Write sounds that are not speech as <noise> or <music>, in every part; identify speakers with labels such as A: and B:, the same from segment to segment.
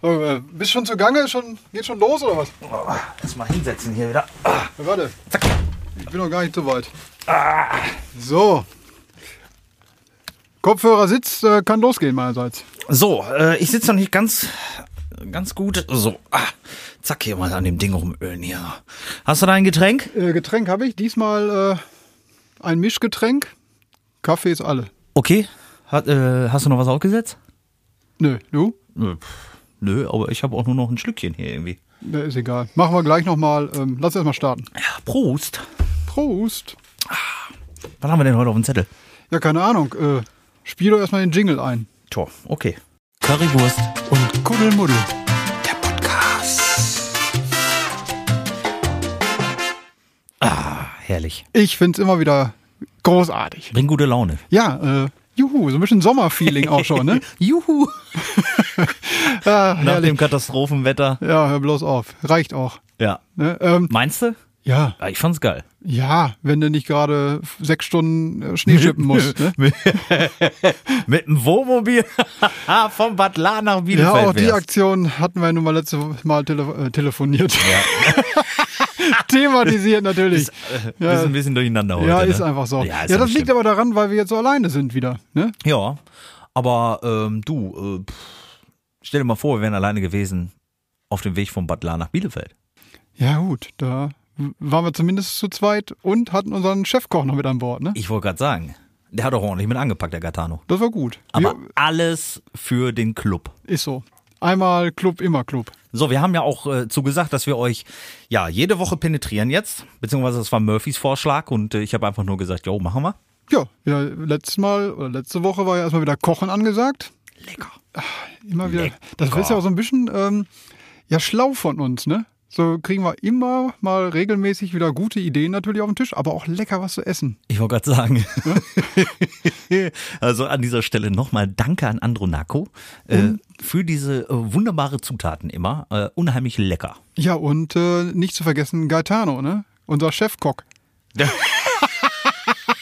A: So, Oh, äh, bist schon zugange? Schon, geht schon los oder was?
B: Oh, erstmal hinsetzen hier wieder.
A: Ja, warte. Ich bin noch gar nicht so weit. Ah. So. Kopfhörer sitzt, äh, kann losgehen meinerseits.
B: So, äh, ich sitze noch nicht ganz, ganz gut. So, ah, zack, hier mal an dem Ding rumölen hier. Hast du da ein Getränk?
A: Äh, Getränk habe ich. Diesmal äh, ein Mischgetränk. Kaffee ist alle.
B: Okay. Hat, äh, hast du noch was aufgesetzt?
A: Nö, du?
B: Nö, pff, nö aber ich habe auch nur noch ein Schlückchen hier irgendwie.
A: Ja, ist egal. Machen wir gleich nochmal. Ähm, lass erstmal starten.
B: Ja, Prost.
A: Prost.
B: Was haben wir denn heute auf dem Zettel?
A: Ja, keine Ahnung. Äh, spiel doch erstmal den Jingle ein.
B: Tor, okay.
C: Currywurst
A: Und Kuddelmuddel.
B: Der Podcast. Ah, herrlich.
A: Ich find's immer wieder großartig.
B: Bring gute Laune.
A: Ja, äh, juhu, so ein bisschen Sommerfeeling auch schon, <laughs> ne?
B: Juhu.
A: Ah,
B: Nach
A: herrlich.
B: dem Katastrophenwetter.
A: Ja, hör bloß auf. Reicht auch.
B: Ja.
A: Ne? Ähm,
B: Meinst du?
A: ja,
B: Ah, Ich fand's geil.
A: ja, wenn du nicht gerade f- sechs Stunden äh, Schnee
B: <laughs>
A: schippen musst. Ne?
B: Mit dem Wohnmobil <laughs> vom Bad La nach
A: Ja,
B: Bielefeld.
A: auch die
B: wär's.
A: Aktion hatten wir nun mal letztes Mal tele äh, telefoniert. <laughs> Thematisiert natürlich.
B: Äh, Wir sind ein bisschen durcheinander heute.
A: ja, ist
B: ne?
A: einfach so.
B: Ja,
A: Ja,
B: ist
A: das liegt
B: aber.
A: aber daran, weil wir jetzt so alleine sind wieder. Ne?
B: Ja, aber ähm, du, äh, pff, stell dir mal vor, wir wären alleine gewesen auf dem Weg vom Bad La nach Bielefeld.
A: Ja, gut, da w- waren wir zumindest zu zweit und hatten unseren Chefkoch noch mit an Bord. Ne?
B: Ich wollte gerade sagen, der hat doch ordentlich mit angepackt, der Gattano.
A: Das war gut.
B: Aber
A: Wir-
B: alles für den Club.
A: ist so. Einmal Club, immer Club.
B: So, wir haben ja auch äh, zugesagt, dass wir euch ja jede Woche penetrieren jetzt, beziehungsweise das war Murphys Vorschlag und äh, ich habe einfach nur gesagt, jo, machen wir.
A: Ja, ja, letztes Mal oder letzte Woche war ja erstmal wieder Kochen angesagt. Ah,
B: Lecker.
A: Immer wieder.
B: Lecker.
A: Das ist ja auch so ein bisschen ähm, ja schlau von uns, ne? So kriegen wir immer mal regelmäßig wieder gute Ideen natürlich auf den Tisch, aber auch lecker was zu essen.
B: Ich wollte gerade sagen. <laughs> also an dieser Stelle nochmal Danke an Andronaco äh, für diese äh, wunderbare Zutaten immer. Äh, unheimlich lecker.
A: Ja, und äh, nicht zu vergessen Gaetano, ne? Unser
B: <laughs>
A: Chefkock. <laughs> da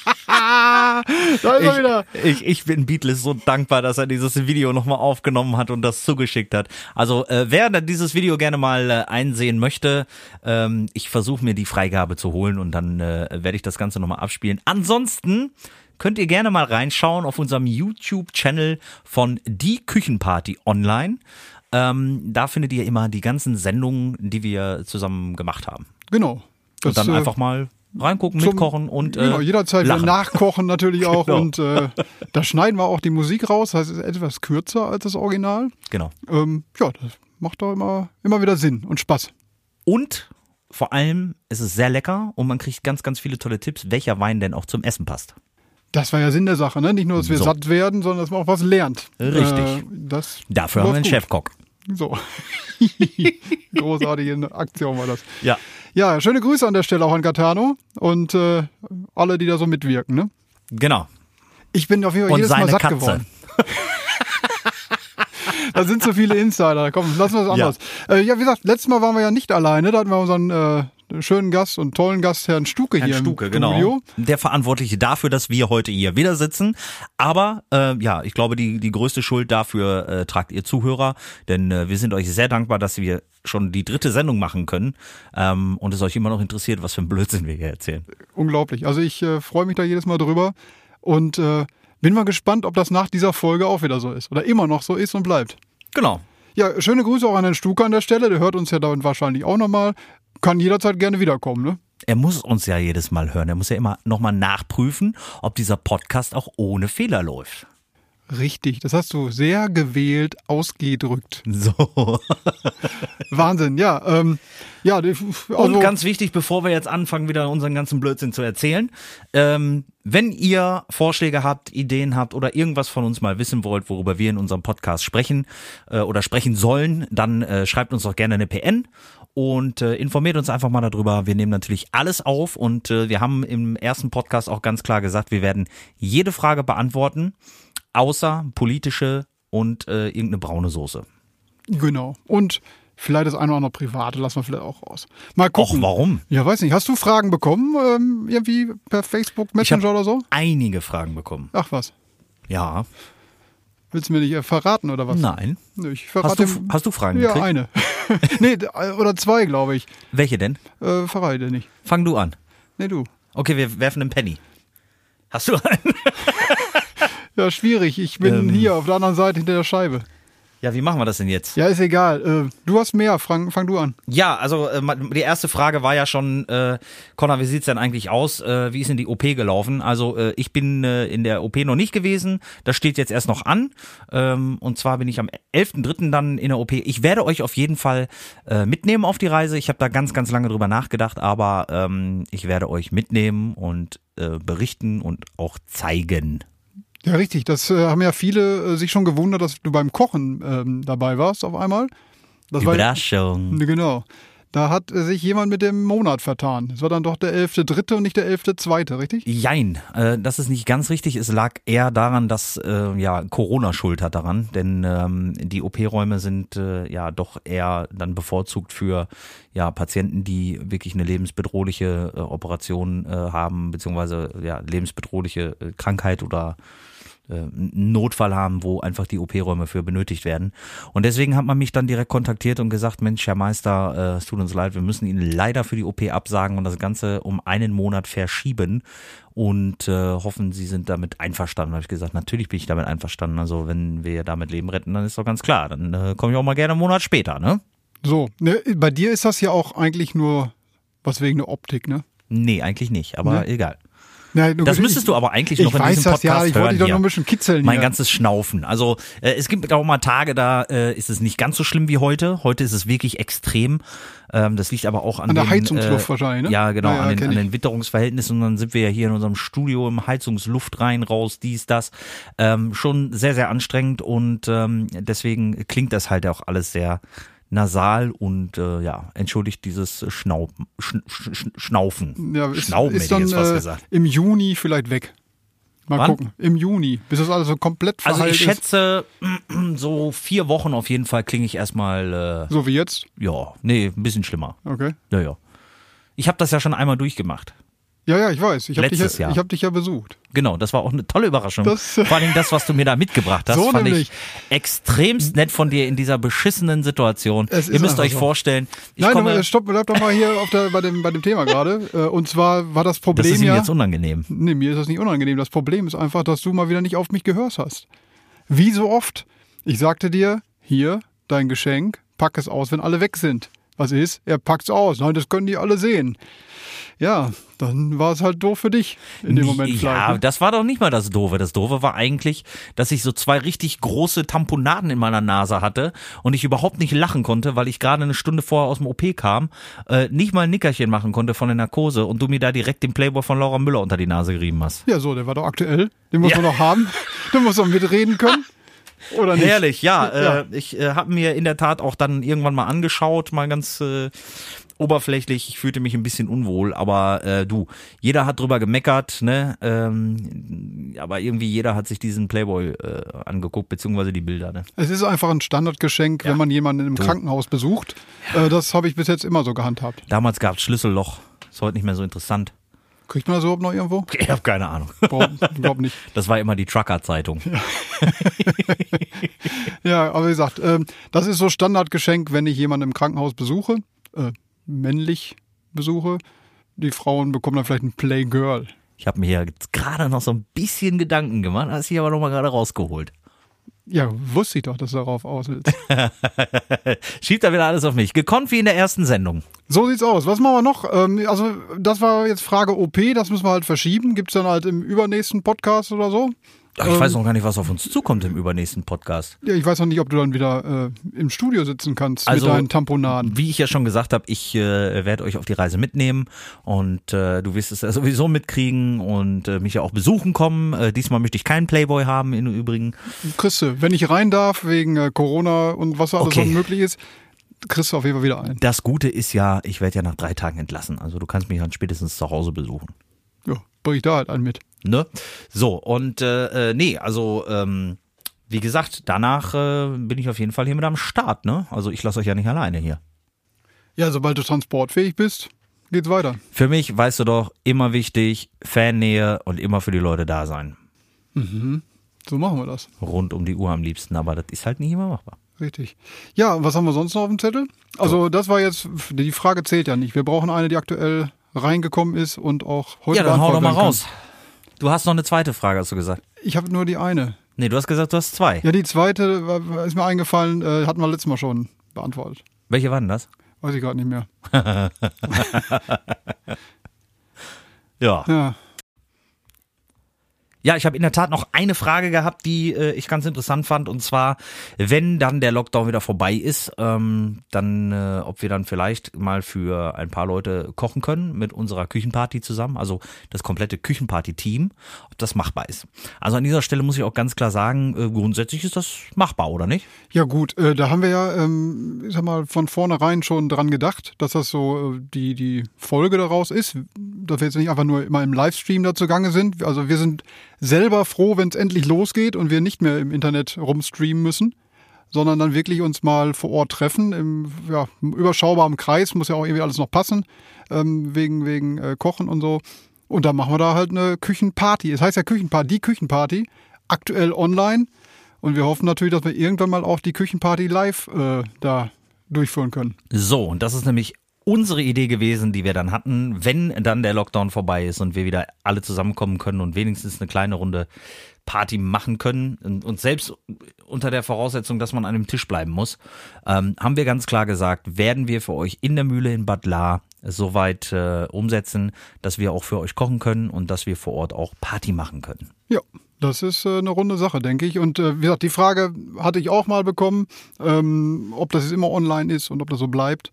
A: ist er wieder.
B: Ich, ich, ich bin Beatles so dankbar, dass er dieses Video nochmal aufgenommen hat und das zugeschickt hat. Also äh, wer dann dieses Video gerne mal äh, einsehen möchte, ähm, ich versuche mir die Freigabe zu holen und dann äh, werde ich das Ganze nochmal abspielen. Ansonsten könnt ihr gerne mal reinschauen auf unserem YouTube-Channel von Die Küchenparty Online. Ähm, da findet ihr immer die ganzen Sendungen, die wir zusammen gemacht haben.
A: Genau. Das,
B: Und dann
A: äh,
B: einfach mal reingucken,
A: zum-
B: mitkochen und äh,
A: genau, jederzeit wieder
B: lachen.
A: nachkochen
B: <laughs>
A: natürlich auch.
B: Genau.
A: Und äh, da schneiden wir auch die Musik raus. Das heißt, es ist etwas kürzer als das Original.
B: Genau.
A: Ähm, ja, das macht doch immer, immer wieder Sinn und Spaß.
B: Und vor allem ist es sehr lecker und man kriegt ganz, ganz viele tolle Tipps, welcher Wein denn auch zum Essen passt.
A: Das war ja Sinn der Sache, ne? Nicht nur, dass wir
B: So.
A: satt werden, sondern dass man auch was lernt.
B: Richtig.
A: Äh, das
B: Dafür haben wir einen
A: läuft
B: Chefkock.
A: gut. So. <laughs> Großartige Aktion war das.
B: Ja.
A: Ja, schöne Grüße an der Stelle auch an Gattano und äh, alle, die da so mitwirken, ne?
B: Genau.
A: Ich bin auf jeden Fall
B: Und
A: jedes Mal
B: seine
A: satt
B: Katze.
A: geworden. Da sind so viele Insider. Komm, lassen wir es anders. Ja. Äh, ja, wie gesagt, letztes Mal waren wir ja nicht alleine. Da hatten wir unseren äh, schönen Gast und tollen Gast, Herrn Stuke hier im Studio.
B: genau. Der Verantwortliche dafür, dass wir heute hier wieder sitzen. Aber äh, ja, ich glaube, die, die größte Schuld dafür äh, tragt ihr Zuhörer, denn äh, wir sind euch sehr dankbar, dass wir schon die dritte Sendung machen können ähm, und es euch immer noch interessiert, was für ein Blödsinn wir hier erzählen.
A: Unglaublich. Also ich äh, freue mich da jedes Mal drüber und äh, bin mal gespannt, ob das nach dieser Folge auch wieder so ist oder immer noch so ist und bleibt.
B: Genau.
A: Ja, schöne Grüße auch an Herrn Stuke an der Stelle. Der hört uns ja dann wahrscheinlich auch nochmal. Kann jederzeit gerne wiederkommen, ne?
B: Er muss uns ja jedes Mal hören. Er muss ja immer nochmal nachprüfen, ob dieser Podcast auch ohne Fehler läuft.
A: Richtig, das hast du sehr gewählt ausgedrückt.
B: So.
A: Wahnsinn, ja. Ähm, ja, die- also,
B: Und ganz wichtig, bevor wir jetzt anfangen, wieder unseren ganzen Blödsinn zu erzählen, ähm, wenn ihr Vorschläge habt, Ideen habt oder irgendwas von uns mal wissen wollt, worüber wir in unserem Podcast sprechen äh, oder sprechen sollen, dann äh, schreibt uns doch gerne eine PN und äh, informiert uns einfach mal darüber. Wir nehmen natürlich alles auf und äh, wir haben im ersten Podcast auch ganz klar gesagt, wir werden jede Frage beantworten, außer politische und äh, irgendeine braune Soße.
A: genau. Und vielleicht das eine oder andere Private lassen wir vielleicht auch raus. Mal
B: Och,
A: gucken.
B: warum?
A: Ja, weiß nicht. Hast du Fragen bekommen? Ähm, irgendwie per Facebook Messenger oder so?
B: Einige Fragen bekommen.
A: Ach was.
B: Ja.
A: Willst du mir nicht äh, verraten oder was?
B: Nein.
A: Ich
B: Hast
A: verrate
B: du, hast du Fragen
A: ja,
B: gekriegt?
A: eine. <laughs> nee, d- äh, oder zwei, glaube ich.
B: Welche denn?
A: Äh, verrate dir nicht.
B: Fang du an.
A: Nee, du.
B: Okay, wir werfen einen Penny. Hast du einen?
A: Ja, schwierig. Ich bin
B: Ähm.
A: hier auf der anderen Seite hinter der Scheibe.
B: <laughs> Ja, wie machen wir das denn jetzt?
A: Ja, ist egal. Äh, du hast mehr. Frank, fang du an.
B: Ja, also äh, ma- die erste Frage war ja schon, äh, Connor, wie sieht's denn eigentlich aus? Äh, wie ist denn die OP gelaufen? Also äh, ich bin äh, in der OP noch nicht gewesen, das steht jetzt erst noch an. Ähm, und zwar bin ich am 11.3. dann in der OP. Ich werde euch auf jeden Fall äh, mitnehmen auf die Reise. Ich habe da ganz, ganz lange drüber nachgedacht, aber ähm, ich werde euch mitnehmen und äh, berichten und auch zeigen.
A: Ja, richtig. Das äh, haben ja viele äh, sich schon gewundert, dass du beim Kochen ähm, dabei warst auf einmal. Das war-
B: Überraschung.
A: Ne, Genau. Da hat äh, sich jemand mit dem Monat vertan. Es war dann doch der 11.3. und nicht der 11.2., richtig?
B: Jein, äh, das ist nicht ganz richtig. Es lag eher daran, dass äh, ja Corona Schuld hat daran, denn ähm, die OP-Räume sind äh, ja doch eher dann bevorzugt für ja Patienten, die wirklich eine lebensbedrohliche äh, Operation äh, haben beziehungsweise ja lebensbedrohliche äh, Krankheit oder äh, einen Notfall haben, wo einfach die OP-Räume für benötigt werden. Und deswegen hat man mich dann direkt kontaktiert und gesagt, Mensch, Herr Meister, äh, es tut uns leid, wir müssen Ihnen leider für die OP absagen und das Ganze um einen Monat verschieben und äh, hoffen, Sie sind damit einverstanden. Da habe ich gesagt, natürlich bin ich damit einverstanden. Also wenn wir damit Leben retten, dann ist doch ganz klar. Dann äh, komme ich auch mal gerne einen Monat später, ne?
A: So. Ne, bei dir ist das ja auch eigentlich nur was wegen der Optik, ne?
B: Nee, eigentlich nicht, aber
A: Ne?
B: egal.
A: Ja, nur
B: Das
A: gut,
B: müsstest
A: ich,
B: du aber eigentlich
A: Ich
B: noch in
A: weiß
B: diesem
A: das
B: Podcast
A: ja. Ich wollte
B: hören
A: dich doch
B: hier.
A: noch ein bisschen kitzeln
B: Mein
A: hier.
B: ganzes Schnaufen. Also äh, es gibt auch mal Tage, da äh, ist es nicht ganz so schlimm wie heute. Heute ist es wirklich extrem. Ähm, das liegt aber auch an,
A: An der
B: den,
A: Heizungsluft wahrscheinlich, ne?
B: Ja, genau,
A: Ja, ja,
B: an, den,
A: kenn
B: an
A: ich.
B: den Witterungsverhältnissen. Und dann sind wir ja hier in unserem Studio im Heizungsluft rein, raus, dies, das. Ähm, schon sehr, sehr anstrengend und ähm, deswegen klingt das halt auch alles sehr nasal und äh, ja, entschuldigt dieses Schnauben, Schn Schn Schn Schnaufen.
A: ja, ist,
B: Schnauben
A: ist
B: hätte ich
A: dann
B: jetzt fast
A: äh,
B: gesagt.
A: im Juni vielleicht weg. Mal
B: Wann?
A: gucken. Im Juni. Bis das alles so komplett
B: Also
A: verheilt
B: ich
A: ist.
B: schätze, <clears throat> so vier Wochen auf jeden Fall klinge ich erstmal,
A: So wie jetzt.
B: äh, ja, nee, ein bisschen schlimmer.
A: Okay.
B: Ja, ja. Ich habe das ja schon einmal durchgemacht.
A: Ja, ja, ich weiß. Ich habe dich,
B: Letztes
A: ja,
B: Jahr.
A: ich hab dich ja besucht.
B: Genau, das war auch eine tolle Überraschung.
A: Das-
B: Vor allem das, was du mir da mitgebracht hast,
A: So
B: fand
A: nämlich.
B: ich extremst nett von dir in dieser beschissenen Situation.
A: Es
B: Ihr
A: ist
B: müsst
A: einfach
B: euch
A: so.
B: vorstellen, ich
A: Nein,
B: komme,
A: du, stopp, bleib doch mal hier auf der, bei, dem, bei dem Thema gerade. Äh, Und zwar war das
B: das
A: Problem
B: ist ihm
A: ja.
B: jetzt unangenehm.
A: Nee, mir ist das nicht unangenehm. Das Problem ist einfach, dass du mal wieder nicht auf mich gehört hast. Wie so oft. Ich sagte dir, hier, dein Geschenk, pack es aus, wenn alle weg sind. Was ist? Er packt's aus. Nein, das können die alle sehen. Ja, dann war es halt doof für dich in dem Moment
B: Ja,
A: vielleicht. Ne?
B: das war doch nicht mal das Doofe. Das Doofe war eigentlich, dass ich so zwei richtig große Tamponaden in meiner Nase hatte und ich überhaupt nicht lachen konnte, weil ich gerade eine Stunde vorher aus dem OP kam, äh, nicht mal ein Nickerchen machen konnte von der Narkose und du mir da direkt den Playboy von Laura Müller unter die Nase gerieben hast.
A: Ja, so, der war doch aktuell. Den muss
B: Ja.
A: man doch haben. Den muss man mitreden
B: <laughs>
A: können. Oder nicht?
B: Herrlich, ja. Äh,
A: Ja.
B: Ich äh, habe mir in der Tat auch dann irgendwann mal angeschaut, mal ganz äh, oberflächlich. Ich fühlte mich ein bisschen unwohl, aber äh, du, jeder hat drüber gemeckert, ne? Ähm, aber irgendwie jeder hat sich diesen Playboy äh, angeguckt, beziehungsweise die Bilder, ne?
A: Es ist einfach ein Standardgeschenk, wenn man jemanden im Krankenhaus besucht. Äh, Das habe ich bis jetzt immer so gehandhabt.
B: Damals gab's Schlüsselloch. Ist heute nicht mehr so interessant. <laughs>
A: Kriegt man das überhaupt noch irgendwo?
B: Ich habe keine Ahnung.
A: <laughs> Ich glaube nicht.
B: Das war immer die Trucker-Zeitung.
A: Ja, aber wie gesagt, ähm, das ist so Standardgeschenk, wenn ich jemanden im Krankenhaus besuche, äh, männlich besuche. Die Frauen bekommen dann vielleicht ein Playgirl.
B: Ich habe mir hier jetzt gerade noch so ein bisschen Gedanken gemacht, hast ich aber nochmal gerade rausgeholt.
A: Ja, wusste ich doch, dass du darauf aus
B: <laughs>
A: willst.
B: Schiebt da wieder alles auf mich. Gekonnt wie in der ersten Sendung.
A: So sieht's aus. Was machen wir noch? Ähm, also, das war jetzt Frage OP, das müssen wir halt verschieben. Gibt's dann halt im übernächsten Podcast oder so?
B: Ach, ich weiß noch gar nicht, was auf uns zukommt im übernächsten Podcast.
A: Ja, ich weiß noch nicht, ob du dann wieder äh, im Studio sitzen kannst
B: Also-
A: mit deinen Tamponaden.
B: Wie ich ja schon gesagt habe, ich äh, werde euch auf die Reise mitnehmen und äh, du wirst es ja sowieso mitkriegen und äh, mich ja auch besuchen kommen. Äh, diesmal möchte ich keinen Playboy haben im Übrigen.
A: Kriegst du, wenn ich rein darf, wegen äh, Corona und was da alles
B: Okay.
A: noch möglich ist, kriegst du auf jeden Fall wieder ein.
B: Das Gute ist ja, ich werde ja nach drei Tagen entlassen. Also du kannst mich dann spätestens zu Hause besuchen.
A: Ja, bring ich da halt einen mit.
B: Ne? So, und äh, äh, nee, also ähm, wie gesagt, danach äh, bin ich auf jeden Fall hier mit am Start. Ne? Also ich lasse euch ja nicht alleine hier.
A: Ja, sobald du transportfähig bist, geht's weiter.
B: Für mich, weißt du doch, immer wichtig, Fannähe und immer für die Leute da sein.
A: So machen wir das.
B: Rund um die Uhr am liebsten, aber das ist halt nicht immer machbar.
A: Richtig. Ja, was haben wir sonst noch auf dem Zettel? Also, das war jetzt, die Frage zählt ja nicht. Wir brauchen eine, die aktuell reingekommen ist und auch heute
B: ja, dann hau
A: beantwortet
B: doch mal
A: werden kann.
B: raus. Du hast noch eine zweite Frage, hast du gesagt.
A: Ich habe nur die eine.
B: Nee, du hast gesagt, du hast zwei.
A: Ja, die zweite war- war- ist mir eingefallen, äh, hatten wir letztes Mal schon beantwortet.
B: Welche waren das?
A: Weiß ich gerade nicht mehr.
B: Ja.
A: Ja,
B: Ja, ich habe in der Tat noch eine Frage gehabt, die äh, ich ganz interessant fand. Und zwar, wenn dann der Lockdown wieder vorbei ist, ähm, dann äh, ob wir dann vielleicht mal für ein paar Leute kochen können mit unserer Küchenparty zusammen, also das komplette Küchenparty-Team, ob das machbar ist. Also an dieser Stelle muss ich auch ganz klar sagen, äh, grundsätzlich ist das machbar, oder nicht?
A: ja gut, äh, da haben wir ja, ähm, ich sag mal, von vornherein schon dran gedacht, dass das so äh, die, die Folge daraus ist, dass wir jetzt nicht einfach nur immer im Livestream dazu gange sind. Also wir sind selber froh, wenn es endlich losgeht und wir nicht mehr im Internet rumstreamen müssen. sondern dann wirklich uns mal vor Ort treffen, im ja, überschaubaren Kreis, muss ja auch irgendwie alles noch passen, ähm, wegen, wegen äh, Kochen und so. Und dann machen wir da halt eine Küchenparty. Es heißt ja Küchenparty, die Küchenparty, aktuell online. Und wir hoffen natürlich, dass wir irgendwann mal auch die Küchenparty live äh, da durchführen können.
B: So, und das ist nämlich unsere Idee gewesen, die wir dann hatten, wenn dann der Lockdown vorbei ist und wir wieder alle zusammenkommen können und wenigstens eine kleine Runde Party machen können und, und selbst unter der Voraussetzung, dass man an dem Tisch bleiben muss, ähm, haben wir ganz klar gesagt, werden wir für euch in der Mühle in Bad La soweit äh, umsetzen, dass wir auch für euch kochen können und dass wir vor Ort auch Party machen können.
A: Ja, das ist äh, eine runde Sache, denke ich. Und äh, wie gesagt, die Frage hatte ich auch mal bekommen, ähm, ob das jetzt immer online ist und ob das so bleibt.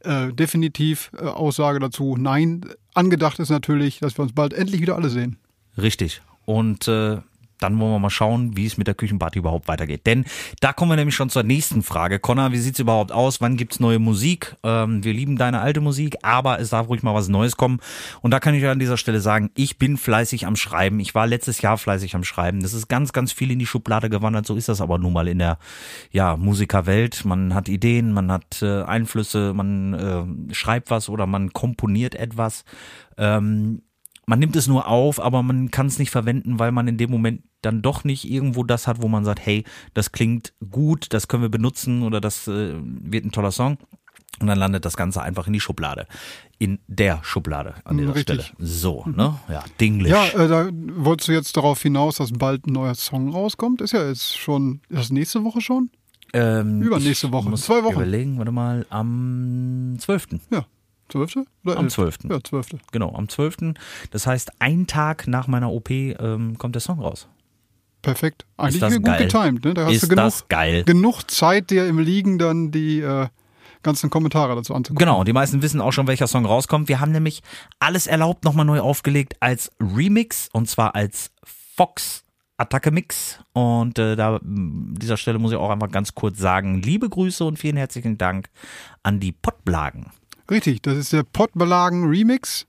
A: Äh, definitiv äh, Aussage dazu. Nein, angedacht ist natürlich, dass wir uns bald endlich wieder alle sehen.
B: Richtig. Und äh, dann wollen wir mal schauen, wie es mit der Küchenparty überhaupt weitergeht. Denn da kommen wir nämlich schon zur nächsten Frage. Connor, wie sieht's überhaupt aus? Wann gibt's neue Musik? Ähm, wir lieben deine alte Musik, aber es darf ruhig mal was Neues kommen. Und da kann ich an dieser Stelle sagen, ich bin fleißig am Schreiben. Ich war letztes Jahr fleißig am Schreiben. Das ist ganz, ganz viel in die Schublade gewandert. So ist das aber nun mal in der ja, Musikerwelt. Man hat Ideen, man hat äh, Einflüsse, man äh, schreibt was oder man komponiert etwas. Ähm, man nimmt es nur auf, aber man kann es nicht verwenden, weil man in dem Moment dann doch nicht irgendwo das hat, wo man sagt, hey, das klingt gut, das können wir benutzen oder das äh, wird ein toller Song. Und dann landet das Ganze einfach in die Schublade. In der Schublade an
A: Mm,
B: dieser
A: richtig. Mhm.
B: Stelle. So, ne? Ja, Dinglish.
A: Ja, äh, da wolltest du jetzt darauf hinaus, dass bald ein neuer Song rauskommt? Ist ja jetzt schon, ist das nächste Woche schon?
B: ähm,
A: äh, übernächste
B: ich
A: Woche,
B: muss
A: zwei Wochen.
B: Überlegen, warte mal, am 12.
A: Ja, 12. oder
B: Am
A: 11.?
B: 12.
A: Ja, 12.
B: Genau, am 12. Das heißt, ein Tag nach meiner OP ähm, kommt der Song raus.
A: Perfekt. Eigentlich
B: das
A: gut
B: geil.
A: getimed. Ne? Da hast
B: Ist
A: du genug,
B: das geil.
A: genug Zeit, dir im Liegen dann die äh, ganzen Kommentare dazu anzugucken.
B: Genau, die meisten wissen auch schon, welcher Song rauskommt. Wir haben nämlich alles erlaubt nochmal neu aufgelegt als Remix und zwar als Fox Attacke Mix. Und äh, da an dieser Stelle muss ich auch einfach ganz kurz sagen, liebe Grüße und vielen herzlichen Dank an die Pottblagen.
A: Richtig, das ist der Pottbelagen Remix.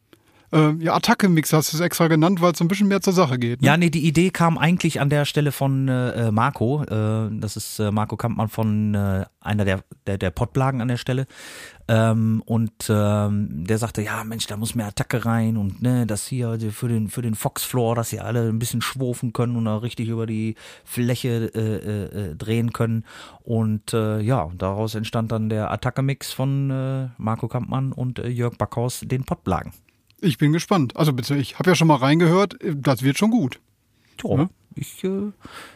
A: Äh, ja, Attacke-Mix hast du es extra genannt, weil es so ein bisschen mehr zur Sache geht. Ne?
B: Ja, nee, die Idee kam eigentlich an der Stelle von äh, Marco. Äh, das ist äh, Marco Kampmann von äh, einer der, der, der Pottblagen an der Stelle. Ähm, und ähm, der sagte, ja Mensch, da muss mehr Attacke rein und ne, das hier also für den für den Foxfloor, dass sie alle ein bisschen schwurfen können und da richtig über die Fläche äh, äh, äh, drehen können. Und äh, ja, daraus entstand dann der Attacke-Mix von äh, Marco Kampmann und äh, Jörg Backhaus, den Pottblagen.
A: Ich bin gespannt. Also beziehungsweise ich habe ja schon mal reingehört, das wird schon gut.
B: Ja, ich äh,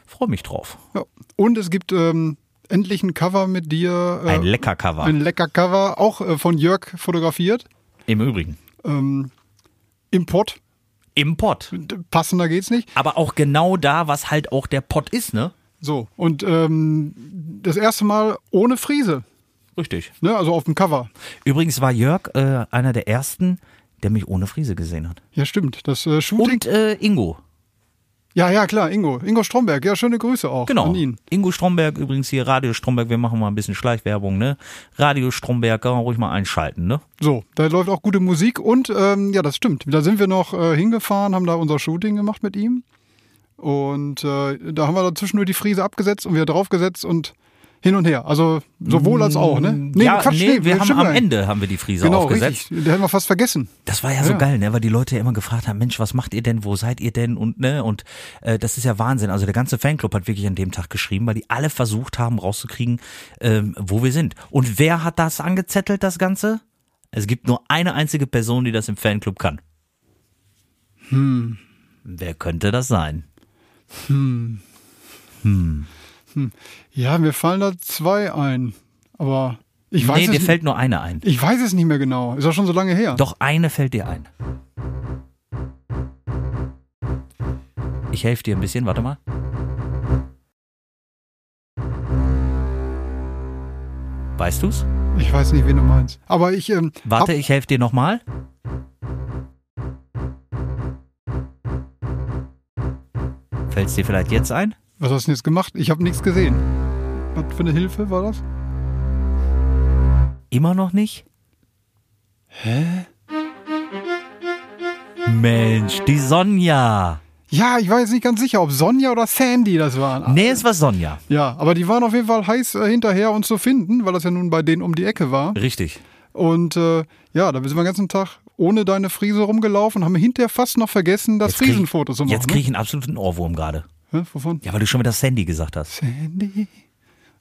B: freue mich drauf.
A: Ja. Und es gibt ähm, endlich ein Cover mit dir. Äh,
B: Ein lecker Cover.
A: ein lecker Cover, auch äh, von Jörg fotografiert.
B: Im Übrigen.
A: Ähm, Im Pott,
B: Im Pott.
A: D- passender geht's nicht.
B: Aber auch genau da, was halt auch der Pott ist, ne?
A: So, und ähm, das erste Mal ohne Friese,
B: Richtig.
A: ne? also auf dem Cover.
B: Übrigens war Jörg äh, einer der ersten, der mich ohne Friese gesehen hat.
A: Ja, stimmt. Das äh, Shooting.
B: Und äh, Ingo.
A: Ja, ja, klar, Ingo. Ingo Stromberg, ja, schöne Grüße auch
B: Genau.
A: an ihn.
B: Ingo Stromberg, übrigens hier Radio Stromberg, wir machen mal ein bisschen Schleichwerbung, ne? Radio Stromberg, kann man ruhig mal einschalten, ne?
A: So, da läuft auch gute Musik und ähm, ja, das stimmt. Da sind wir noch äh, hingefahren, haben da unser Shooting gemacht mit ihm. Und äh, da haben wir dazwischen nur die Friese abgesetzt und wieder draufgesetzt und Hin und her. Also sowohl als auch, ne? Nee,
B: Mm, ja,
A: Quatsch,
B: nee, wir haben
A: stimmt
B: am
A: gar nicht.
B: Ende haben wir die Friese
A: Genau,
B: aufgesetzt.
A: richtig. Da hätten wir fast vergessen.
B: Das war ja so
A: Ja.
B: geil, ne? Weil die Leute ja immer gefragt haben, Mensch, was macht ihr denn? Wo seid ihr denn? Und ne, und äh, das ist ja Wahnsinn. Also der ganze Fanclub hat wirklich an dem Tag geschrieben, weil die alle versucht haben, rauszukriegen, ähm, wo wir sind. Und wer hat das angezettelt, das Ganze? Es gibt nur eine einzige Person, die das im Fanclub kann. Hm. Wer könnte das sein?
A: Ja, mir fallen da zwei ein. Aber ich weiß,
B: nee, dir
A: es,
B: fällt nur eine ein.
A: ich weiß es nicht mehr genau. Ist auch schon so lange her.
B: Doch eine fällt dir ein. Ich helfe dir ein bisschen, warte mal. Weißt du's?
A: Ich weiß nicht, wen du meinst. Aber ich, ähm,
B: Warte, ich helfe dir nochmal. Fällt's dir vielleicht jetzt ein?
A: was hast du denn jetzt gemacht? Ich habe nichts gesehen. Was für eine Hilfe war das?
B: Immer noch nicht? Hä? Mensch, die Sonja.
A: Ja, ich war jetzt nicht ganz sicher, ob Sonja oder Sandy das waren.
B: Nee, es war Sonja.
A: Ja, aber die waren auf jeden Fall heiß äh, hinterher, uns zu finden, weil das ja nun bei denen um die Ecke war.
B: Richtig.
A: Und äh, ja, da sind wir den ganzen Tag ohne deine Friese rumgelaufen und haben hinterher fast noch vergessen, das
B: krieg-
A: Friesenfoto zu machen.
B: Jetzt kriege ich einen absoluten Ohrwurm gerade.
A: ne? Hä, Wovon?
B: Ja, weil du schon wieder Sandy gesagt hast.
A: Sandy.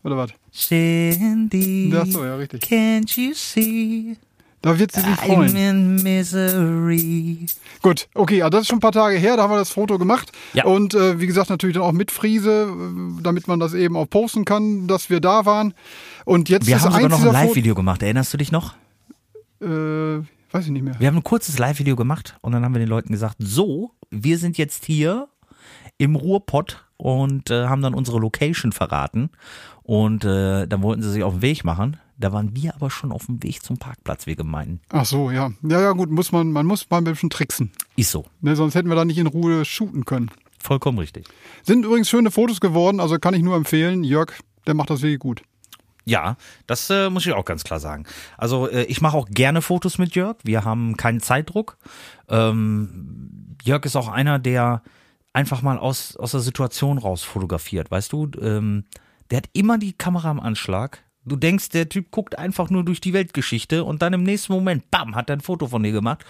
A: Oder was?
B: Sandy,
A: Ach so, ja, richtig.
B: can't you see
A: Da wird sie sich
B: I'm
A: freuen.
B: in misery?
A: Gut, okay, also das ist schon ein paar Tage her, da haben wir das Foto gemacht.
B: Ja.
A: Und äh, wie gesagt, natürlich dann auch mit Friese, äh, damit man das eben auch posten kann, dass wir da waren. Und jetzt
B: Wir
A: ist
B: haben
A: eins
B: sogar noch ein
A: dieser
B: Live-Video gemacht, erinnerst du dich noch?
A: Foto, äh, weiß ich nicht mehr.
B: Wir haben ein kurzes Live-Video gemacht und dann haben wir den Leuten gesagt, so, wir sind jetzt hier im Ruhrpott und äh, haben dann unsere Location verraten und äh, dann wollten sie sich auf den Weg machen. Da waren wir aber schon auf dem Weg zum Parkplatz, wir Gemeinden.
A: Ach so, ja. Ja, ja, gut, muss man, man muss mal ein bisschen tricksen.
B: Ist so,
A: Ne, sonst hätten wir da nicht in Ruhe shooten können.
B: vollkommen richtig.
A: Sind übrigens schöne Fotos geworden, also kann ich nur empfehlen. Jörg, der macht das wirklich gut.
B: Ja, das äh, muss ich auch ganz klar sagen. Also äh, ich mache auch gerne Fotos mit Jörg. Wir haben keinen Zeitdruck. Ähm, Jörg ist auch einer, der einfach mal aus, aus der Situation raus fotografiert. Weißt du, ähm, der hat immer die Kamera am Anschlag. Du denkst, der Typ guckt einfach nur durch die Weltgeschichte und dann im nächsten Moment, bam, hat er ein Foto von dir gemacht,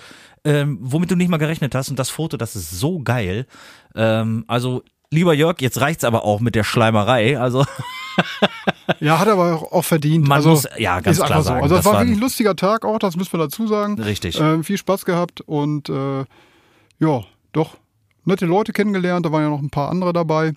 B: ähm, womit du nicht mal gerechnet hast. Und das Foto, das ist so geil. Ähm, also, lieber Jörg, jetzt reicht's aber auch mit der Schleimerei. Also, <laughs>
A: Ja, hat er aber auch- auch verdient.
B: Man
A: also,
B: muss- ja, ganz
A: ist
B: klar
A: einfach
B: sagen,
A: So. Also,
B: das
A: das war
B: war ein-
A: wirklich ein lustiger Tag auch, das müssen wir dazu sagen.
B: Richtig.
A: Ähm, viel Spaß gehabt und äh, ja, doch nette Leute kennengelernt. Da waren ja noch ein paar andere dabei.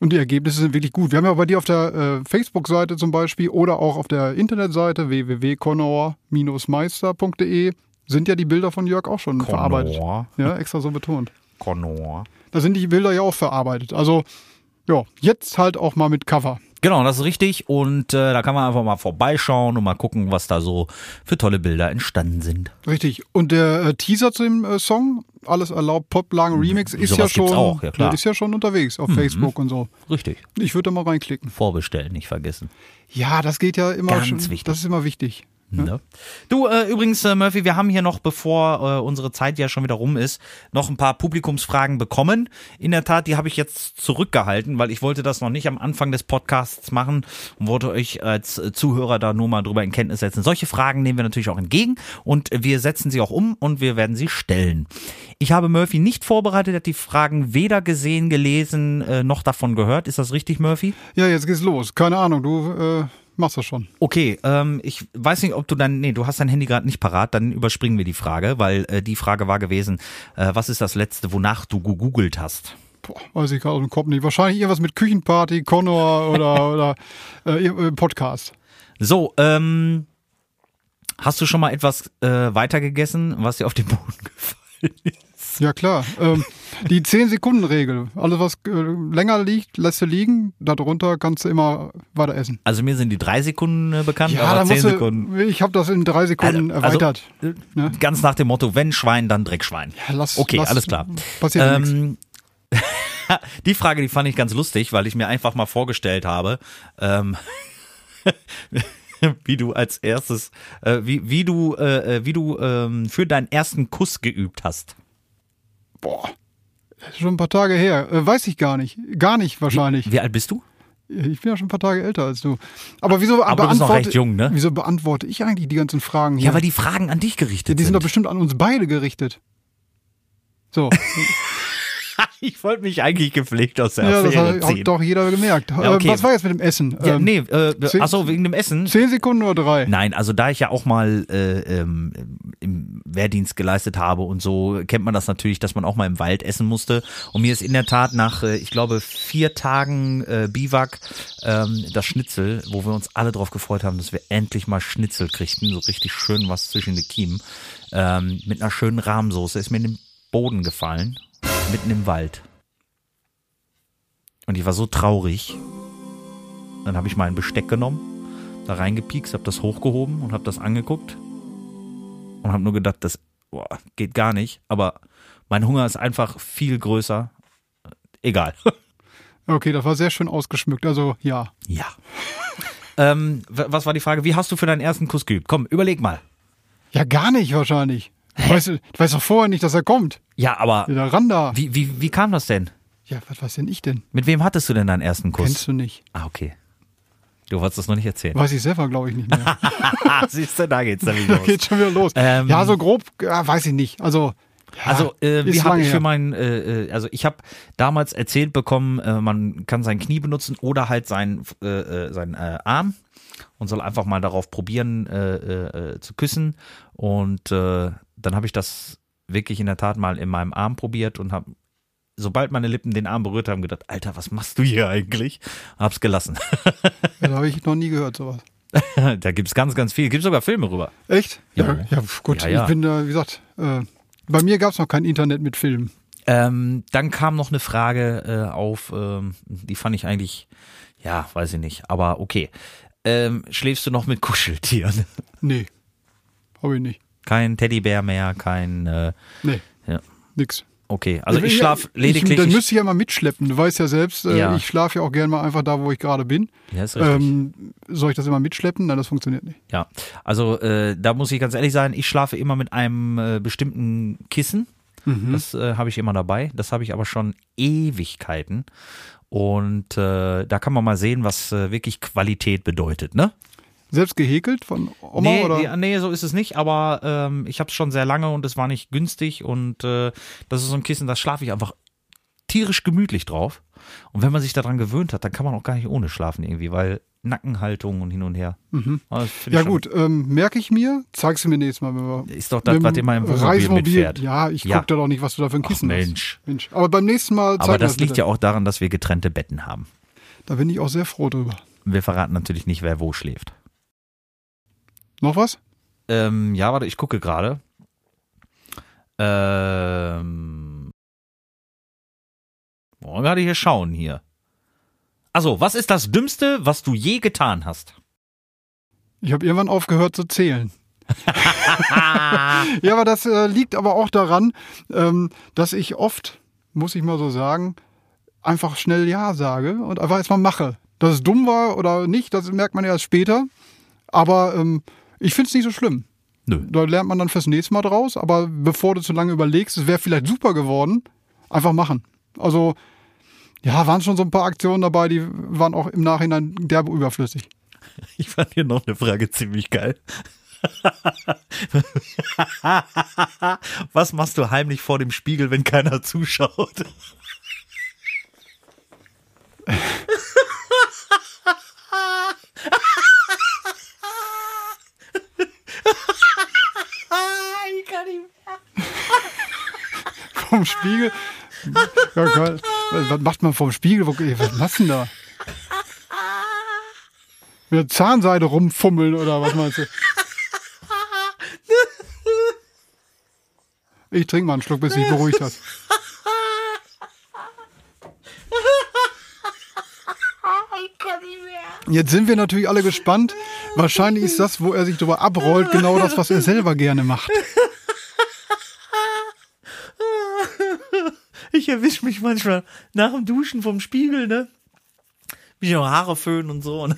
A: Und die Ergebnisse sind wirklich gut. Wir haben ja bei dir auf der äh, Facebook-Seite zum Beispiel oder auch auf der Internetseite www.conor-meister.de sind ja die Bilder von Jörg auch schon verarbeitet.
B: Connor.
A: Ja, extra so betont.
B: Connor.
A: Da sind die Bilder ja auch verarbeitet. Also, ja, jetzt halt auch mal mit Cover.
B: Genau, das ist richtig. Und äh, da kann man einfach mal vorbeischauen und mal gucken, was da so für tolle Bilder entstanden sind.
A: Richtig. Und der äh, Teaser zu dem äh, Song, Alles erlaubt, Poplang Remix, ist
B: Hm, Sowas
A: ja,
B: gibt's
A: schon,
B: auch, ja klar. Mhm.
A: ist ja schon unterwegs auf Facebook und so.
B: Richtig.
A: Ich würde da mal reinklicken.
B: Vorbestellen, nicht vergessen.
A: Ja, das geht ja immer
B: Ganz
A: schon.
B: wichtig.
A: Das ist immer wichtig.
B: Ne? Du, äh, übrigens, äh, Murphy, wir haben hier noch, bevor äh, unsere Zeit ja schon wieder rum ist, noch ein paar Publikumsfragen bekommen. In der Tat, die habe ich jetzt zurückgehalten, weil ich wollte das noch nicht am Anfang des Podcasts machen und wollte euch als äh, Zuhörer da nur mal drüber in Kenntnis setzen. Solche Fragen nehmen wir natürlich auch entgegen und wir setzen sie auch um und wir werden sie stellen. Ich habe Murphy nicht vorbereitet, er hat die Fragen weder gesehen, gelesen, äh, noch davon gehört. Ist das richtig, Murphy?
A: Ja, jetzt geht's los. Keine Ahnung, du äh, machst das schon.
B: Okay, ähm, ich weiß nicht, ob du dein, nee, du hast dein Handy gerade nicht parat, dann überspringen wir die Frage, weil äh, die Frage war gewesen, äh, was ist das Letzte, wonach du gegoogelt hast?
A: Boah, weiß ich gerade aus dem Kopf nicht. Wahrscheinlich irgendwas mit Küchenparty, Connor
B: <laughs>
A: oder, oder äh, ihr- äh, Podcast.
B: So, ähm, hast du schon mal etwas äh, weitergegessen, was dir auf den Boden gefallen ist?
A: Ja, klar. Ähm, die 10-Sekunden-Regel. Alles, was äh, länger liegt, lässt du liegen. Darunter kannst du immer weiter essen.
B: Also mir sind die drei Sekunden äh, bekannt, aber
A: da
B: zehn
A: musst du-
B: Sekunden.
A: Ich habe das in drei Sekunden
B: Also-
A: erweitert.
B: Also, äh,
A: ne?
B: Ganz nach dem Motto, wenn Schwein, dann Dreckschwein.
A: Ja, lass-
B: okay,
A: lass-
B: alles klar. Ähm,
A: passiert ja
B: <laughs> die Frage, die fand ich ganz lustig, weil ich mir einfach mal vorgestellt habe, ähm, <laughs> wie du als erstes, äh, wie, wie du, äh, äh, wie du ähm, für deinen ersten Kuss geübt hast.
A: Boah, das ist schon ein paar Tage her. Äh, weiß ich gar nicht. Gar nicht wahrscheinlich.
B: Wie alt bist du?
A: Ich bin ja schon ein paar Tage älter als du. Aber wieso
B: Aber du bist noch
A: beantworte-
B: recht jung, ne?
A: Wieso beantworte ich eigentlich die ganzen Fragen hier?
B: Ja, weil die Fragen an dich
A: die,
B: gerichtet
A: sind doch
B: sind.
A: bestimmt an uns beide gerichtet.
B: <laughs>
A: So,
B: ich wollte mich eigentlich gepflegt aus der
A: ja, das
B: Affäre
A: hat,
B: ziehen.
A: hat doch jeder gemerkt.
B: Ja, okay.
A: Äh, Was war jetzt mit dem Essen?
B: ja,
A: Ähm,
B: nee, äh,
A: zehn-
B: achso, wegen dem Essen.
A: Zehn Sekunden oder drei?
B: Nein, also da ich ja auch mal äh, ähm, im Wehrdienst geleistet habe und so, kennt man das natürlich, dass man auch mal im Wald essen musste. Und mir ist in der Tat nach, äh, ich glaube, vier Tagen äh, Biwak ähm, das Schnitzel, wo wir uns alle drauf gefreut haben, dass wir endlich mal Schnitzel kriegten, so richtig schön was zwischen den Kiemen, ähm, mit einer schönen Rahmsoße, ist mir in den Boden gefallen, mitten im Wald. Und ich war so traurig. Dann habe ich mein Besteck genommen da reingepiekst, hab das hochgehoben und hab das angeguckt und hab nur gedacht, das boah, geht gar nicht. Aber mein Hunger ist einfach viel größer. Egal.
A: Okay, das war sehr schön ausgeschmückt. Also ja,
B: <laughs> ja. <laughs> ähm, w- was war die Frage? Wie hast du für deinen ersten Kuss geübt? Komm, überleg mal.
A: ja gar nicht wahrscheinlich. Du weißt, du weißt doch vorher nicht, dass er kommt.
B: Ja, aber
A: Der Randa.
B: wie, wie, wie kam das denn?
A: Ja, was weiß denn ich denn?
B: Mit wem hattest du denn deinen ersten Kuss?
A: Kennst du nicht?
B: Ah, okay. Du wolltest das noch nicht erzählen.
A: Weiß ich selber, glaube ich, nicht mehr.
B: <laughs> ah, siehst du, <laughs> da geht's dann wieder
A: da
B: los.
A: geht schon wieder los.
B: Ähm.
A: ja, so grob, ja, weiß ich nicht. Also, ja,
B: Also äh, wie
A: ist
B: habe
A: lange
B: ich für
A: her.
B: meinen, äh, äh, also ich habe damals erzählt bekommen, äh, man kann sein Knie benutzen oder halt seinen äh, äh, seinen äh, Arm und soll einfach mal darauf probieren äh, äh, äh, zu küssen und äh, dann habe ich das wirklich in der Tat mal in meinem Arm probiert und habe sobald meine Lippen den Arm berührt haben gedacht, Alter, was machst du hier eigentlich? Hab's gelassen. <laughs>
A: Ja, da habe also ich noch nie gehört, sowas.
B: da gibt's ganz ganz viel, gibt's sogar Filme rüber.
A: Echt?
B: Ja.
A: ja pf, gut.
B: Ja, ja.
A: Ich bin da, wie gesagt, äh, bei mir gab es noch kein Internet mit Filmen.
B: Ähm, dann kam noch eine Frage äh, auf, ähm, die fand ich eigentlich, ja, weiß ich nicht, aber okay. Ähm, schläfst du noch mit <laughs> Kuscheltieren?
A: Nee. Habe ich nicht.
B: Kein Teddybär mehr, kein, äh,
A: Nee,
B: ja,
A: nix.
B: okay. Also ich
A: Ja,
B: schlaf
A: Ich,
B: lediglich.
A: dann
B: ich-
A: müsste ich ja mal mitschleppen. Du weißt ja selbst, äh,
B: Ja.
A: ich schlafe ja auch gerne mal einfach da, wo ich gerade bin.
B: ja, ist richtig.
A: Ähm, soll ich das immer mitschleppen? Nein, das funktioniert nicht.
B: ja, also äh, da muss ich ganz ehrlich sein, ich schlafe immer mit einem äh, bestimmten Kissen.
A: Mhm.
B: Das äh, habe ich immer dabei. Das habe ich aber schon Ewigkeiten. Und äh, da kann man mal sehen, was äh, wirklich Qualität bedeutet, ne?
A: Selbst gehäkelt von Oma
B: nee,
A: oder?
B: ja, nee, so ist es nicht, aber ähm, ich habe es schon sehr lange und es war nicht günstig und äh, das ist so ein Kissen, da schlafe ich einfach tierisch gemütlich drauf. Und wenn man sich daran gewöhnt hat, dann kann man auch gar nicht ohne schlafen irgendwie, weil Nackenhaltung und hin und her. Aber das find ich
A: Mhm. Ja
B: schon-
A: gut, ähm, merke ich mir, zeig's mir nächstes Mal, wenn wir
B: Ist doch das,
A: mit
B: was
A: dem
B: immer im Wohnmobil
A: Reisemobil-
B: mitfährt.
A: Ja, ich
B: Ja.
A: guck da doch nicht, was du da für ein Kissen hast.
B: Mensch.
A: Mensch. Aber beim nächsten Mal zeig
B: Aber
A: mir
B: das
A: das
B: liegt
A: bitte.
B: ja auch daran, dass wir getrennte Betten haben.
A: Da bin ich auch sehr froh drüber.
B: Wir verraten natürlich nicht, wer wo schläft.
A: Noch was?
B: Ähm, ja, warte, ich gucke gerade. Ähm. Wollen wir gerade hier schauen hier. Also, was ist das Dümmste, was du je getan hast?
A: Ich habe irgendwann aufgehört zu zählen. Ja, aber das äh, liegt aber auch daran, ähm, dass ich oft, muss ich mal so sagen, einfach schnell Ja sage und einfach erstmal mache. Dass es dumm war oder nicht, das merkt man erst später. Aber ähm, ich find's nicht so schlimm.
B: Nö.
A: Da lernt man dann fürs nächste Mal draus. Aber bevor du zu lange überlegst, es wäre vielleicht super geworden, einfach machen. Also, ja, waren schon so ein paar Aktionen dabei, die waren auch im Nachhinein derbe überflüssig.
B: Ich fand hier noch eine Frage ziemlich geil. <laughs> was machst du heimlich vor dem Spiegel, wenn keiner zuschaut?
A: Vom Spiegel. Ja, geil. Was macht man vom Spiegel? Wo- ey, Was machst du denn da? Mit der Zahnseide rumfummeln oder was meinst du? Ich trinke mal einen Schluck, bis sich beruhigt hat. Jetzt sind wir natürlich alle gespannt. Wahrscheinlich ist das, wo er sich drüber abrollt, genau das, was er selber gerne macht.
B: Ich erwische mich manchmal nach dem Duschen vom Spiegel, ne? Mich noch Haare föhnen und so. Und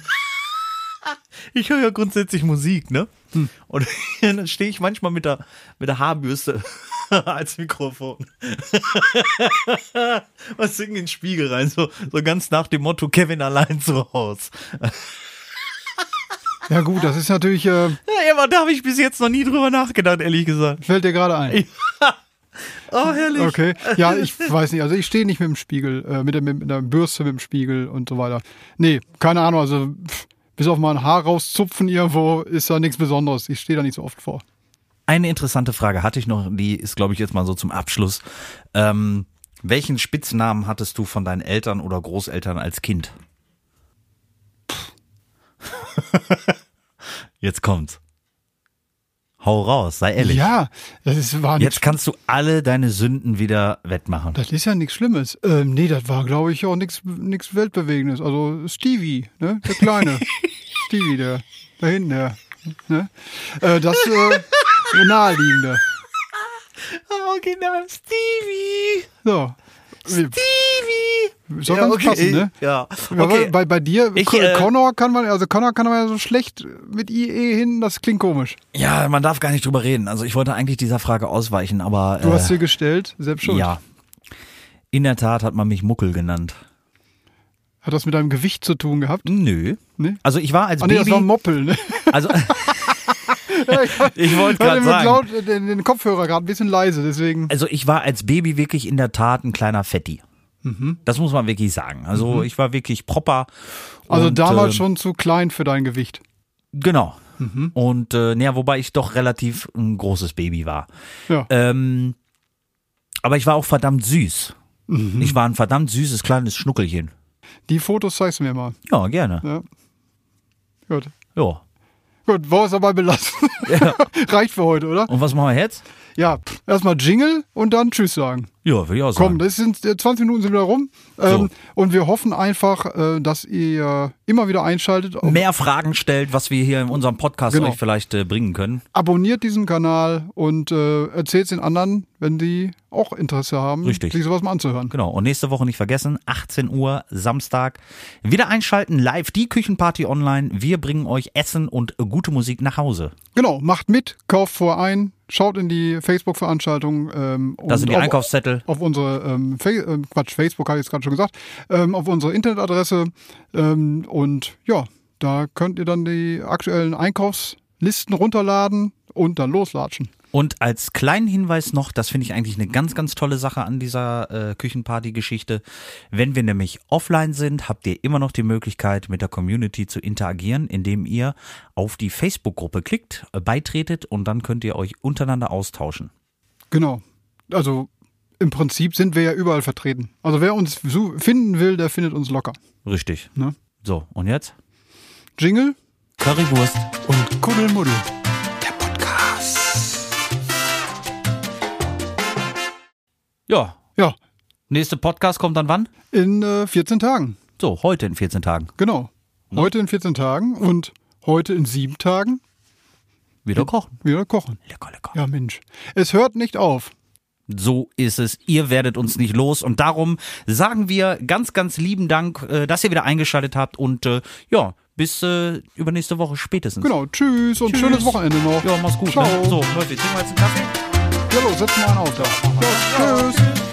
B: <laughs> ich höre ja grundsätzlich Musik, ne? Und <laughs> dann stehe ich manchmal mit der, mit der Haarbürste <laughs> als Mikrofon. <laughs> Was singen in den Spiegel rein, so, so ganz nach dem Motto Kevin allein zu Haus.
A: Ja gut, das ist natürlich, äh,
B: Ja, aber da habe ich bis jetzt noch nie drüber nachgedacht, ehrlich gesagt.
A: fällt dir gerade ein.
B: Oh, herrlich.
A: Okay. Ja, ich weiß nicht. Also ich stehe nicht mit dem Spiegel, äh, mit, der, mit der Bürste mit dem Spiegel und so weiter. Nee, keine Ahnung. Also pff, bis auf mal ein Haar rauszupfen irgendwo ist da nichts Besonderes. Ich stehe da nicht so oft vor.
B: Eine interessante Frage hatte ich noch, die ist, glaube ich, jetzt mal so zum Abschluss. Ähm, welchen Spitznamen hattest du von deinen Eltern oder Großeltern als Kind? <laughs> jetzt kommt's. Hau raus, sei ehrlich.
A: Ja, das ist, war nichts
B: Jetzt kannst du alle deine Sünden wieder wettmachen.
A: Das ist ja nichts Schlimmes. Ähm, nee, das war, glaube ich, auch nichts nichts Weltbewegendes. Also Stevie, ne? Der Kleine. Stevie, der. Da hinten, der. Ne? Äh, das äh, <laughs> naheliegende.
B: Okay, na, Stevie.
A: So. Wie-
B: Stevie.
A: Soll ganz passen, ne?
B: Ja.
A: Aber
B: Okay.
A: Bei, bei dir,
B: Ich,
A: Con-
B: äh,
A: Connor kann man, also Connor kann man ja so schlecht mit IE hinten, das klingt komisch.
B: ja, man darf gar nicht drüber reden. Also ich wollte eigentlich dieser Frage ausweichen, aber
A: Du
B: äh,
A: hast dir gestellt, selbst schon.
B: Ja. In der Tat hat man mich Muckel genannt.
A: Hat das mit deinem Gewicht zu tun gehabt?
B: Nö.
A: Nee?
B: Also ich war als
A: Ah nee, das war <laughs>
B: Baby.
A: Moppel, ne?
B: Also <laughs> ich wollte
A: Ich hatte
B: gerade
A: mit
B: sagen.
A: laut den, den Kopfhörer gerade ein bisschen leise, deswegen.
B: Also ich war als Baby wirklich in der Tat ein kleiner Fetti.
A: Mhm.
B: Das muss man wirklich sagen. Also ich war wirklich proper.
A: Also
B: und,
A: damals
B: äh,
A: schon Mhm. zu klein für dein Gewicht.
B: Genau. Und äh, naja, wobei ich doch relativ ein großes Baby war.
A: Ja.
B: Ähm, aber ich war auch verdammt süß.
A: Mhm.
B: Ich war ein verdammt süßes kleines Schnuckelchen.
A: Die Fotos zeigst du mir mal.
B: Ja, gerne.
A: Ja. Gut.
B: Ja.
A: Gut, wollen wir es dabei belassen. <laughs> Reicht für heute, oder?
B: Und was machen wir jetzt?
A: Ja, pff, erstmal Jingle und dann Tschüss sagen.
B: Ja, will ich auch
A: Komm,
B: sagen.
A: das sind äh, 20 Minuten sind wieder rum. Ähm, Und wir hoffen einfach, äh, dass ihr immer wieder einschaltet. Ab-
B: mehr Fragen stellt, was wir hier in unserem Podcast
A: Genau.
B: euch vielleicht äh, bringen können.
A: Abonniert diesen Kanal und äh, erzählt den anderen, wenn die auch Interesse haben,
B: Richtig.
A: sich sowas mal anzuhören.
B: Genau. Und nächste Woche nicht vergessen, 18 Uhr Samstag. Wieder einschalten, live die Küchenparty online. Wir bringen euch Essen und gute Musik nach Hause.
A: Genau, macht mit, kauft vor ein, schaut in die Facebook-Veranstaltung. Ähm,
B: Das sind die
A: auf-
B: Einkaufszettel.
A: Auf unsere, ähm, Fa äh, Quatsch, Facebook habe ich jetzt gerade schon gesagt, ähm, auf unsere Internetadresse. Ähm, und ja, da könnt ihr dann die aktuellen Einkaufslisten runterladen und dann loslatschen.
B: Und als kleinen Hinweis noch, das finde ich eigentlich eine ganz, ganz tolle Sache an dieser äh, Küchenparty-Geschichte. Wenn wir nämlich offline sind, habt ihr immer noch die Möglichkeit, mit der Community zu interagieren, indem ihr auf die Facebook-Gruppe klickt, äh, beitretet und dann könnt ihr euch untereinander austauschen.
A: Genau. Also im Prinzip sind wir ja überall vertreten. Also wer uns su- finden will, der findet uns locker.
B: Richtig.
A: Ne?
B: So, und jetzt?
A: Jingle
B: Currywurst.
A: und Kuddelmuddel.
B: Ja,
A: Ja,
B: nächste Podcast kommt dann wann?
A: in äh, 14 Tagen.
B: So, heute in 14 Tagen.
A: Genau. Heute in 14 Tagen und heute in sieben Tagen
B: Wieder kochen.
A: wieder kochen.
B: Lecker, lecker.
A: Ja, Mensch. Es hört nicht auf.
B: So ist es. Ihr werdet uns nicht los. Und darum sagen wir ganz, ganz lieben Dank, äh, dass ihr wieder eingeschaltet habt. Und äh, ja, bis äh, übernächste Woche spätestens.
A: Genau. Tschüss und schönes Wochenende noch.
B: Ja, mach's gut.
A: Genau. Ciao.
B: Ne? So, Leute, trinken wir jetzt einen Kaffee.
A: Ja, los, setz mal einen auf. Da. Ja, tschüss.